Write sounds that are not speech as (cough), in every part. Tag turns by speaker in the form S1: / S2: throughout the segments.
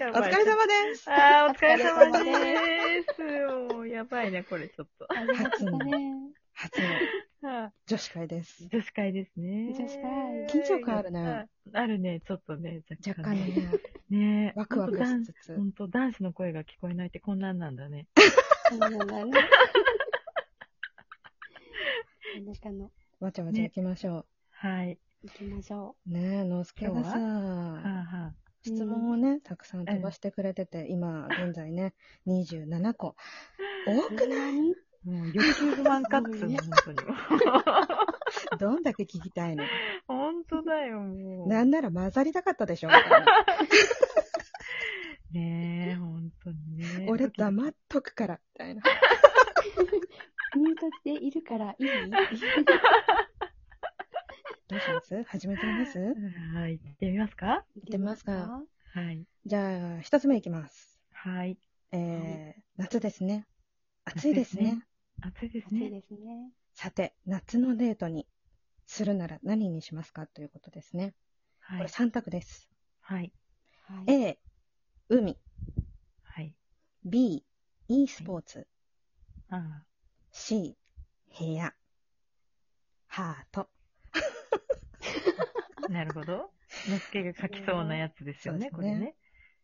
S1: ゃ
S2: お
S1: ん。
S2: 疲れ様です。
S1: あー、お疲れ様
S3: お疲
S1: です。もう、やばいね、これ、ちょっと。
S3: ありがとうね。
S2: 初の
S1: 女
S2: 女子会です。
S1: 子会ですね。
S3: 女子会
S2: 緊張感あるね。
S1: あるね、ちょっとね、
S2: 若干ね、
S1: ね
S2: ワクワクしつつ。
S1: 本当男子の声が聞こえないってこんなんなんだね。
S3: そうなん (laughs) だね。なんかの、
S2: わちゃわちゃ行きましょ
S1: はい。
S3: 行きましょ
S2: う。ねえ、ノースケが
S1: は
S2: さ、
S1: あ、はあ、
S3: う。
S2: 質問をね、たくさん飛ばしてくれてて、今、現在ね、27個。 (laughs) 多
S3: うん。
S2: くない
S3: 何
S1: もう、欲求不満カ
S2: (laughs)
S1: ッツ
S3: うん
S1: ね、本当に。
S2: どんだけ聞きたいの
S1: 本当だよ、もう。
S2: なんなら混ざりたかったでしょみ (laughs) たいな
S1: ねえ、本当にね。
S2: 俺黙っとくから、みたいな。
S3: ミュートでいるからいい
S2: どうします始めてみます
S1: うんはい、行ってみますか
S2: っ
S3: 行
S2: てますか
S1: はい。
S2: じゃあ、一つ目いきます。
S1: はい。
S2: えー、夏ですね。暑いで
S1: 暑
S2: す
S1: いです
S2: ね
S1: ね。暑いです
S3: 暑い
S1: ね。
S3: ですね。
S2: さて、夏のデートにするなら何にしますかということですね。こ
S1: は
S2: れ
S1: い。
S2: 3択です。
S1: はい。
S3: はい。
S2: A、海。
S1: はい。
S2: B、e スポーツ。
S1: ああ。
S2: C、部屋。ハート。 (laughs)
S1: なるほど。のすけが書きそうなやつですよね、
S2: そ
S1: こ
S2: うで
S1: れ
S2: す
S1: ね
S2: ね。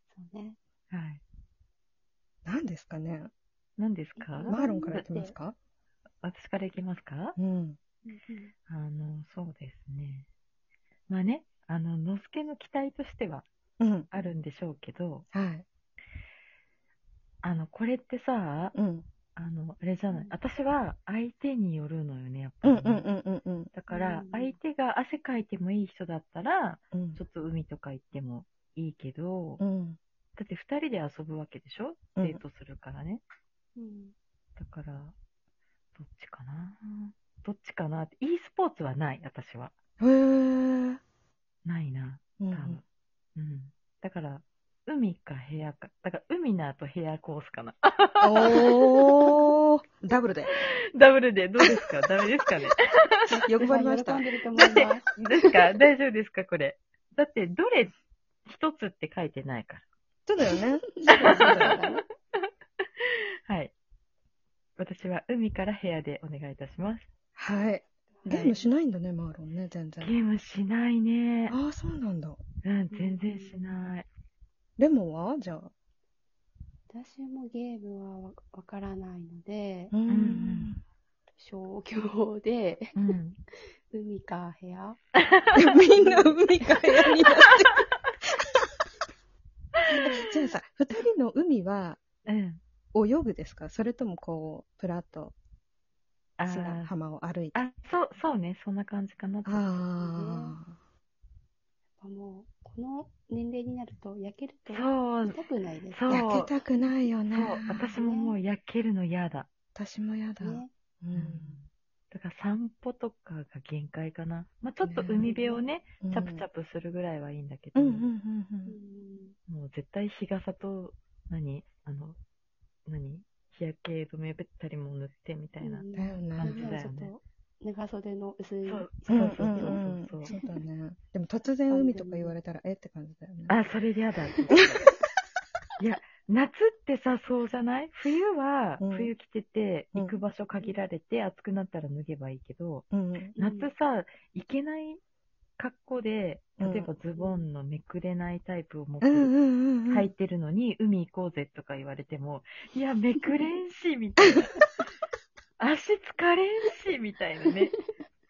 S3: そうね。
S1: はい。
S2: 何ですかね
S1: 何ですか
S3: ま
S2: マーロンからいきますか
S1: 私からいきますか
S2: うん。
S1: あの、そうですね。まあね、あの、のすけの期待としては
S2: うん。
S1: あるんでしょうけど、
S2: はい。
S1: あの、これってさ、
S2: うん。
S1: あの、あれじゃない、私は相手によるのよね、やっぱ
S2: うん
S1: り
S2: うん
S1: ね、
S2: うんうんうん。
S1: だから
S3: うん、
S1: 相手が汗かいてもいい人だったら、
S2: うん
S1: ちょっと海とか行ってもいいけど、
S2: う
S1: だ
S2: ん。
S1: って二人で遊ぶわけでしょ
S2: うん
S1: デートするからね。
S3: うん。
S1: だから、どっちかなどっちかなって e スポーツはない、私は。
S2: へー。
S1: ないな、
S2: う
S1: 多
S2: ん
S1: 分。。うん。だから、海か部屋か。だから、海の後部屋コースかな。 (laughs)
S2: おー。 (laughs) ダブルで。
S1: ダブルで、どうですかダメですかね
S2: 欲張りました
S3: 喜ん。でると思
S1: だっ
S3: い
S1: て
S3: ます。、
S1: ですか大丈夫ですかこれ。だって、どれ一つって書いてないか
S2: そうだよ (laughs) ね。 (laughs)
S1: ら。はい。私は海から部屋でお願いいたします。
S2: はい。ゲームしないんだね、マーロンね、全
S1: ゲ
S2: 然。
S1: ームしないね。
S2: ああ、そうなんだ。
S1: うん、全然しない。
S2: レモンはじゃあ。
S3: 私もゲームはわわからないので、
S2: うー
S1: ん。
S3: 商業で、
S1: うん。
S3: 海か部屋
S2: みんな海か部屋になってる。じゃあさ、二人の海は
S1: うん。
S2: 泳ぐですかそれともこう、プラッと
S1: あ
S2: 砂
S1: ー
S2: 浜を歩いて。
S1: あ、そう、そうね。そんな感じかな。
S2: あ
S3: もう、この年齢になると焼けると
S1: そう、
S3: 痛くないです
S1: そ
S2: あ。
S1: う
S2: 焼けたくないよね
S1: そう。、私ももう焼けるの嫌だ。
S2: 私もやだ。
S3: ね。
S2: うん。
S1: だから散歩とかが限界かな。まあ、ちょっと海辺をね、チャプチャプするぐらいはいいんだけ
S2: う
S1: ど、
S2: んうんうんう。
S3: うんん
S1: もう絶対日傘と、何あの、何日焼け止めべったりも塗ってみたいな。
S3: うん
S2: だよ
S3: な
S2: ね
S3: ん。ならちょっと、長袖の薄い。
S1: そう
S2: う
S1: そ
S2: ん
S1: うそううん
S2: うん
S1: そうそ。
S2: そううだね。でも突然海とか言われたら、えって感じだよね。
S1: あ、それ嫌
S2: (laughs)
S1: だ。いや、夏ってさ、そうじゃない冬は
S2: うん、
S1: 冬着てて、
S2: うん
S1: 行く場所限られて、暑くなったら脱げばいいけど、
S2: うん。
S3: うん
S1: 夏さ、行けない格好で、
S2: うん
S1: 例えばズボンのめくれないタイプを持って
S2: うんう
S1: る、
S2: んうん。
S1: 履い。てるのに、海行こうぜとか言われても、いや、めくれんし、みたい
S2: (laughs)
S1: な。足疲れんし、みたいな
S2: (laughs)
S1: ね。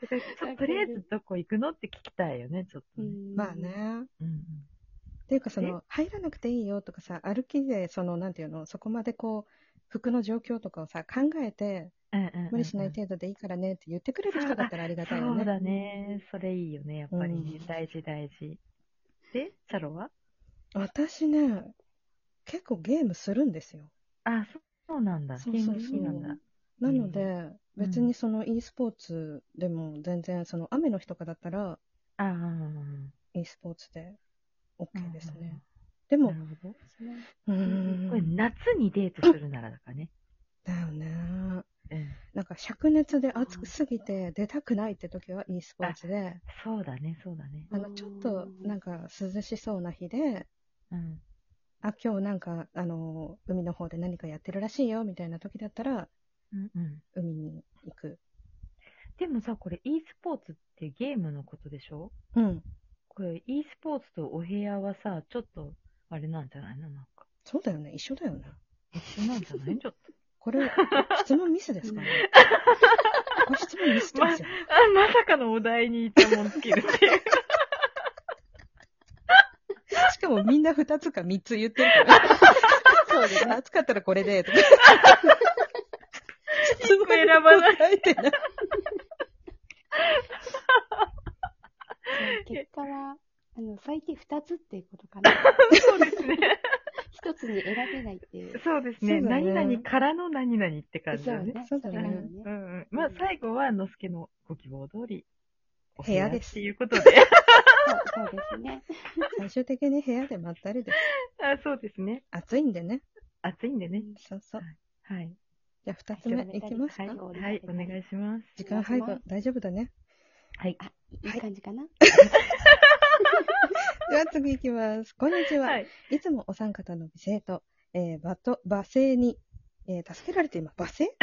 S1: だからちょっととりあえずどこ行くのって聞きたいよね、ちょっと
S3: う
S1: ね。
S3: ん
S2: まあ。ね。
S1: うんうん
S2: っていうかその入らなくていいよとかさ歩きでそのなんていうのそこまでこう服の状況とかをさ考えて
S1: うんうんうんうん
S2: 無理しない程度でいいからねって言ってくれる人だったらありがたいよ
S1: そう
S2: ね。
S1: だね。それいいよね、やっぱり。
S2: うん
S1: 大事大事。で、チャロは
S2: 私ね結構ゲームするんですよ。
S1: あ、そそうなんだ。
S2: そうそうそう
S1: ゲーム好きなんだ。
S2: なので、
S1: う
S2: 別にその e スポーツでも全然その雨の日とかだったら
S1: ああ、うん。
S2: e スポーツで OK ですね。で
S1: うん。な
S2: も
S1: るほど。
S2: うー
S1: これ
S2: ん
S1: 夏にデートするならだからね。
S2: だよね。
S1: うん。
S2: なんか灼熱で暑すぎて出たくないって時は e スポーツで。
S1: そうだね、そうだね。
S2: あの、ちょっと、なんか、涼しそうな日で、
S1: うん。
S2: あ、今日なんか、あの、海の方で何かやってるらしいよ、みたいな時だったら、
S1: うんうん。
S2: 海に行く。
S1: でもさ、これ e スポーツってゲームのことでしょ
S2: うん。
S1: これ e スポーツとお部屋はさ、ちょっと、あれなんじゃないのなんか。
S2: そうだよね。一緒だよね。
S1: 一緒なんじゃないちょっと。
S2: これ、質問ミスですかね。これ質問ミスってますよ。
S1: あ、まさかのお題に一問つけるっていう。
S2: しかもみんな2つか3つ言ってるから。
S3: そうですね。
S2: 暑かったらこれで、とか。
S1: 個選ばない
S2: 答えてない。
S3: 結果は、あの、最低2つっていうこと
S2: (laughs)
S3: かな。
S1: そうですね。
S3: 1つに選べないってい
S1: (laughs)
S3: う。
S1: そうですね。
S2: そうだね
S1: 何々からの何々って感じだね。
S2: そうだ
S1: う
S2: ね
S1: ん
S3: そう
S1: うん
S3: だね
S1: うん。まあ、最後は、のすけのご希望通り、お
S2: 部屋です
S1: っていうことで。
S3: そうそうですね。
S2: (laughs) 最終的に部屋でまったりです。
S1: あそうですね。
S2: 暑いんでね。
S1: 暑いんでね。
S2: そうそう。
S1: はい。
S2: じゃあ2つ目いきますか。
S1: はい。
S3: そうですね
S1: はい、お願いします。
S2: 時間配分、大丈夫だね。
S1: はい。
S3: あ、いい感じかな。
S2: では次いきます。こんにちは。
S1: はい。
S2: いつもお三方の美声と、えー、バト、罵声に、えー、助けられて今、罵声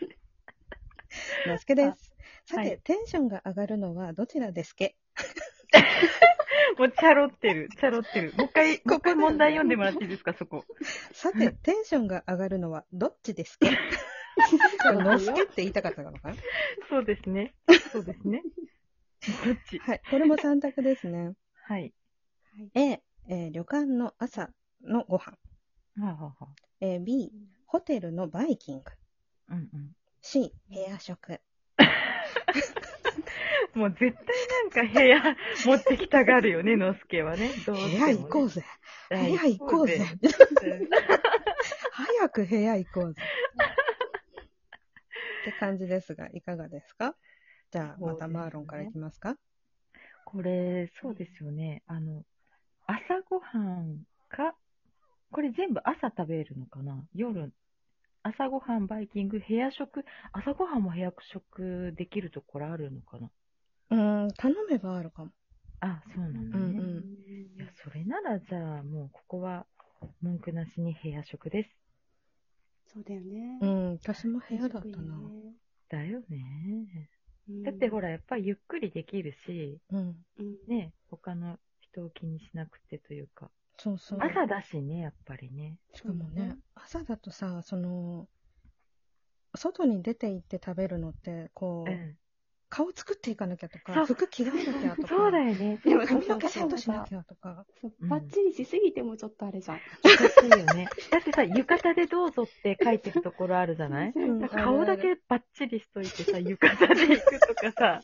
S1: (laughs)
S2: のすけです。さて、
S1: はい
S2: テンションが上がるのはどちらですけ
S1: もう、チャロってる、チャロってる。もう一 (laughs) 回、もう一回問題読んでもらっていいですか、そこ。
S2: さて、テンションが上がるのはどっちで
S1: (laughs)
S2: すけのすけって言いたかったのかな
S1: (laughs) そうですね。そうですね。どっち
S2: はい、これも三択ですね。
S1: はい。
S3: はい。
S2: A、えー旅館の朝のご飯。
S1: はあ、はあは
S2: えー B、ホテルのバイキング。
S1: あ、うんうん。
S2: C、部屋食。
S1: もう絶対なんか部屋持ってきたがるよね、のすけはね。どう
S2: 部
S1: してもね
S2: 屋行こうぜ。部屋行こうぜ。。早く部屋行こうぜ。って感じですが、いかがですかじゃあ、またマーロンからいきますか
S1: これ、そうですよね。あの、朝ごはんか、これ全部朝食べるのかな夜、朝ごはん、バイキング、部屋食、朝ごはんも部屋食できるところあるのかな
S2: うーん、頼めばあるかも。
S1: あ、そうなんだ
S2: う
S1: ね。
S2: んうん
S1: いや、それならじゃあ、もうここは文句なしに部屋食です。
S3: そうだよね。
S2: うん、私も部屋だった
S3: いい
S2: な。
S3: ね
S1: だよね。
S3: うん
S1: だってほら、やっぱりゆっくりできるし、
S2: うん、
S3: うん
S1: ね、他の人を気にしなくてというか、
S2: そうそう。
S1: 朝だしね、やっぱりね。
S2: しかもね、朝だとさ、その、外に出て行って食べるのって、こ
S1: う
S2: う、
S1: ん。
S2: 顔作っていかなきゃと
S1: そう
S2: か、服着替えなき (laughs) ゃとか、
S1: そうだよね。
S3: でも
S2: 髪の毛セットしなきゃとか。
S3: そう
S1: うん
S3: バッチリしすぎてもちょっとあれじゃん。
S1: 難しいよね。だってさ、浴衣でどうぞって書いてるところあるじゃない
S2: うん
S1: だから顔だけバッチリしといてさ、浴衣で行くとかさ、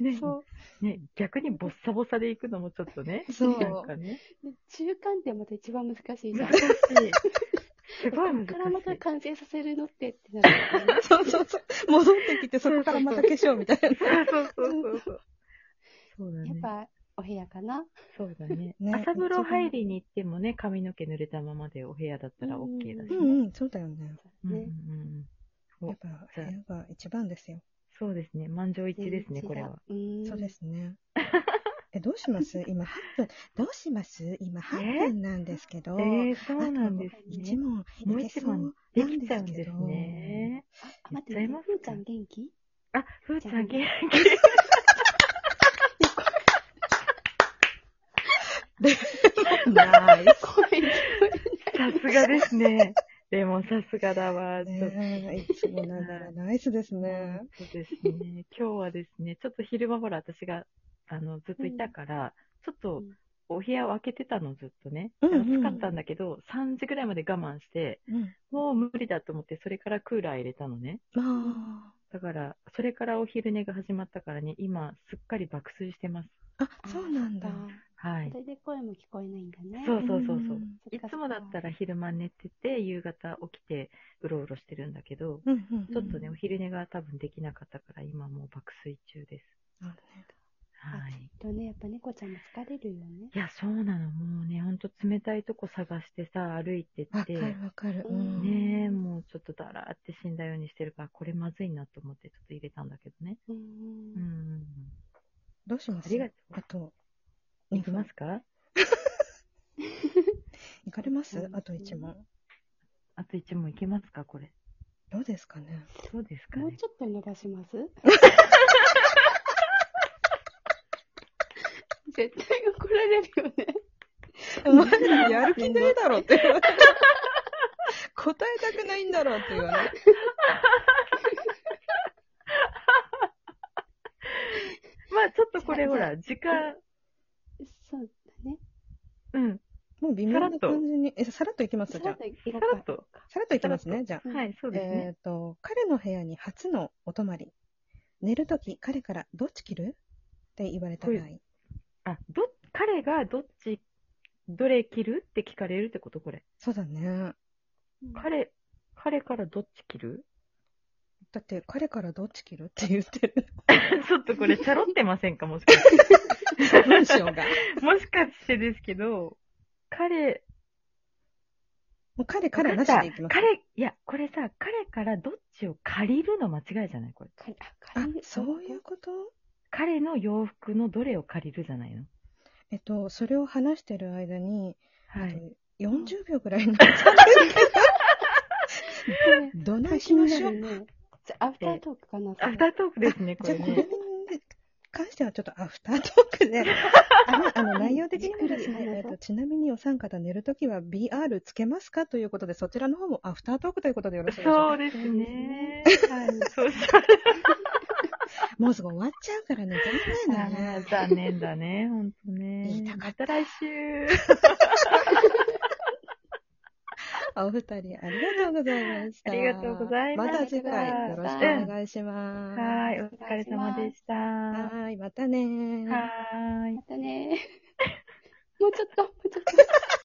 S1: ね
S3: そう。
S1: ね、逆にボッサボサで行くのもちょっとね、
S2: そう
S1: なんかね、
S3: で中間ってまた一番難しいじゃ
S1: 難
S3: ん。
S1: しい。すごい難し
S3: からまた
S1: い。
S3: 完成させるのってってなるよね
S2: (laughs) そうそうそう。戻ってきて、そこからまた化粧みたいな。
S1: そうそうそうそう。そうだ
S3: やっ
S1: ね。
S3: ぱ、お部屋かな。
S1: そうだね。
S2: ね
S1: 朝風呂入りに行ってもね、髪の毛濡れたままでお部屋だったら OK だし
S2: う
S1: ね。
S2: んうん、そうだよね。
S1: うんうんう
S3: ね。
S1: んお
S2: やっぱ部屋が一番ですよ。
S1: そうですね。満場一致ですね、これは。。
S3: うん。。
S2: そうですすね。え、どうします今8分。どうします今8分なんですけど。
S1: えー、そうなんです
S2: 1
S1: ね。
S2: 問
S1: もう
S2: いけ
S1: 一
S2: そう
S1: 問で
S2: なん
S1: き
S2: で
S1: ちゃう
S2: す
S1: ん
S2: け
S1: です
S2: ど。
S1: ね。
S3: あ、待って、
S1: やっちゃい
S3: ね
S1: ます
S3: ふーちゃん元気
S1: あ、ふーちゃん元気。
S2: ナイス。
S3: 声聞こ
S1: (laughs) さすがですね。でもさすがだわ。ちょっと
S2: ねえいつもながらナイスですね。
S1: そうですね。今日はですね、ちょっと昼間ほら私があのずっといたから、ちょっ (laughs) とお部屋を開けてたのずっとね。
S2: うんうん
S1: 暑かったんだけど、3時ぐらいまで我慢して、
S2: うん。
S1: もう無理だと思って、それからクーラー入れたのね。
S2: ま
S1: だから、それからお昼寝が始まったからね、今、すっかり爆睡してます。
S2: あ、あ、
S3: え
S2: そうなんだ
S3: あ。そっか
S1: はい
S3: そ。れで声も聞こえないんだね。
S1: そうそうそうそう。
S2: ん
S1: いつもだったら昼間寝てて、夕方起きて、うろうろしてるんだけど、
S2: うんうん。
S1: ちょっとね、
S3: うん
S1: お昼寝が多分できなかったから、今もう爆睡中です。
S2: な
S1: は
S2: る
S3: 暑
S1: い
S3: い。とね、やっぱ猫ちゃんも疲れるよね。
S1: いや、そうなの。もうね、ほんと冷たいとこ探してさ、歩いてっ
S2: ほど
S1: て、
S2: ねわかるわかる。う
S3: うん
S2: ん。
S1: ねえ、もうちょっとだらーって死んだようにしてるから、これまずいなと思ってちょっと入れたんだけどね。
S3: う。
S1: うんん。
S2: どうしま
S1: あ
S2: す
S1: りがとう
S2: あと、
S1: 行きますか
S2: ます、
S3: うん
S2: あと1問。
S1: あと1問いけますか、これ。
S2: どうですか (laughs) ね。
S1: どうですか
S3: もう
S1: ね。
S3: ちょっと伸ば
S1: (laughs)
S3: します絶対怒られるよ
S2: マ
S3: ね。
S2: ジでやる気ないだろ (laughs) って言われて。答えたくないんだろうって言われて。
S1: まあ、ちょっとこれほら、時間、
S3: そうだね。
S1: うん、
S2: もう微妙
S1: さら
S2: な
S1: っと
S2: 感じに。え、さらっといきます
S3: さ
S2: じゃあ
S3: らっ。とい
S1: さ
S3: こう
S1: らっ
S3: か。
S1: と。
S2: さらっといきますね、じゃあ。
S3: うん
S1: はい、そうです
S2: え
S1: ね。
S2: っ、と、彼の部屋に初のお泊まり。寝るとき、彼からどっち着るって言われた場合。
S1: あ、ど、彼がどっち、どれ切るって聞かれるってこと、これ。
S2: そうだね。
S3: うん
S1: 彼、彼からどっち切
S2: (laughs)
S1: る
S2: だって、彼からどっち着るって言って (laughs) る。
S1: ちょっとこれ、チャロってませんか、もしかして。
S2: 文章が。
S1: もしかしてですけど、彼、
S2: もう彼か
S1: わ
S2: ら
S1: か
S2: な
S1: っ
S2: したでいきます。
S1: 彼、いや、これさ、彼からどっちを借りるの間違いじゃないこれ。
S3: かあ、
S2: あ
S3: 仮に、
S2: そういうこと
S1: 彼の洋服のどれを借りるじゃないの。
S2: えっと、それを話してる間に、
S1: は
S2: えっ
S1: い。
S2: と40秒ぐら
S1: (laughs)
S2: いになっちゃってる
S3: ね
S2: けど、ど
S3: こ
S2: な
S3: れ
S2: いし
S3: 気に
S2: ま
S3: (laughs) な
S2: しょう
S3: る。ね。じゃあアフタートークかな。
S1: アフタートークですね、こ
S2: じゃ
S1: れ
S2: あ、これに
S1: ね。
S2: 関してはちょっとアフタートークで、あのあ
S1: (laughs)
S2: の内容的にはですね、えっと、ちなみにお三方寝るときは BR つけますかということで、そちらの方もアフタートークということでよろしいでしょうか。
S1: そうですね。はい。
S2: (laughs)
S1: そうし
S2: もうすぐ終わっちゃうか
S1: (laughs)
S2: らね、
S1: ま
S2: 残
S1: した
S2: 念
S1: ね残念だ
S2: だね。。
S1: ね、 (laughs) ほんとね。
S2: 言いたかった
S1: また来週。
S2: お二人ありがとうございました。
S1: ありがとうございま
S2: ま
S1: した
S2: た次回よろしくお願いします。
S1: はい、お疲れ様でした。
S2: は
S1: は
S2: ーい、またねー。
S1: ーい。
S3: (laughs) またね。もうちょっと、もうちょっと。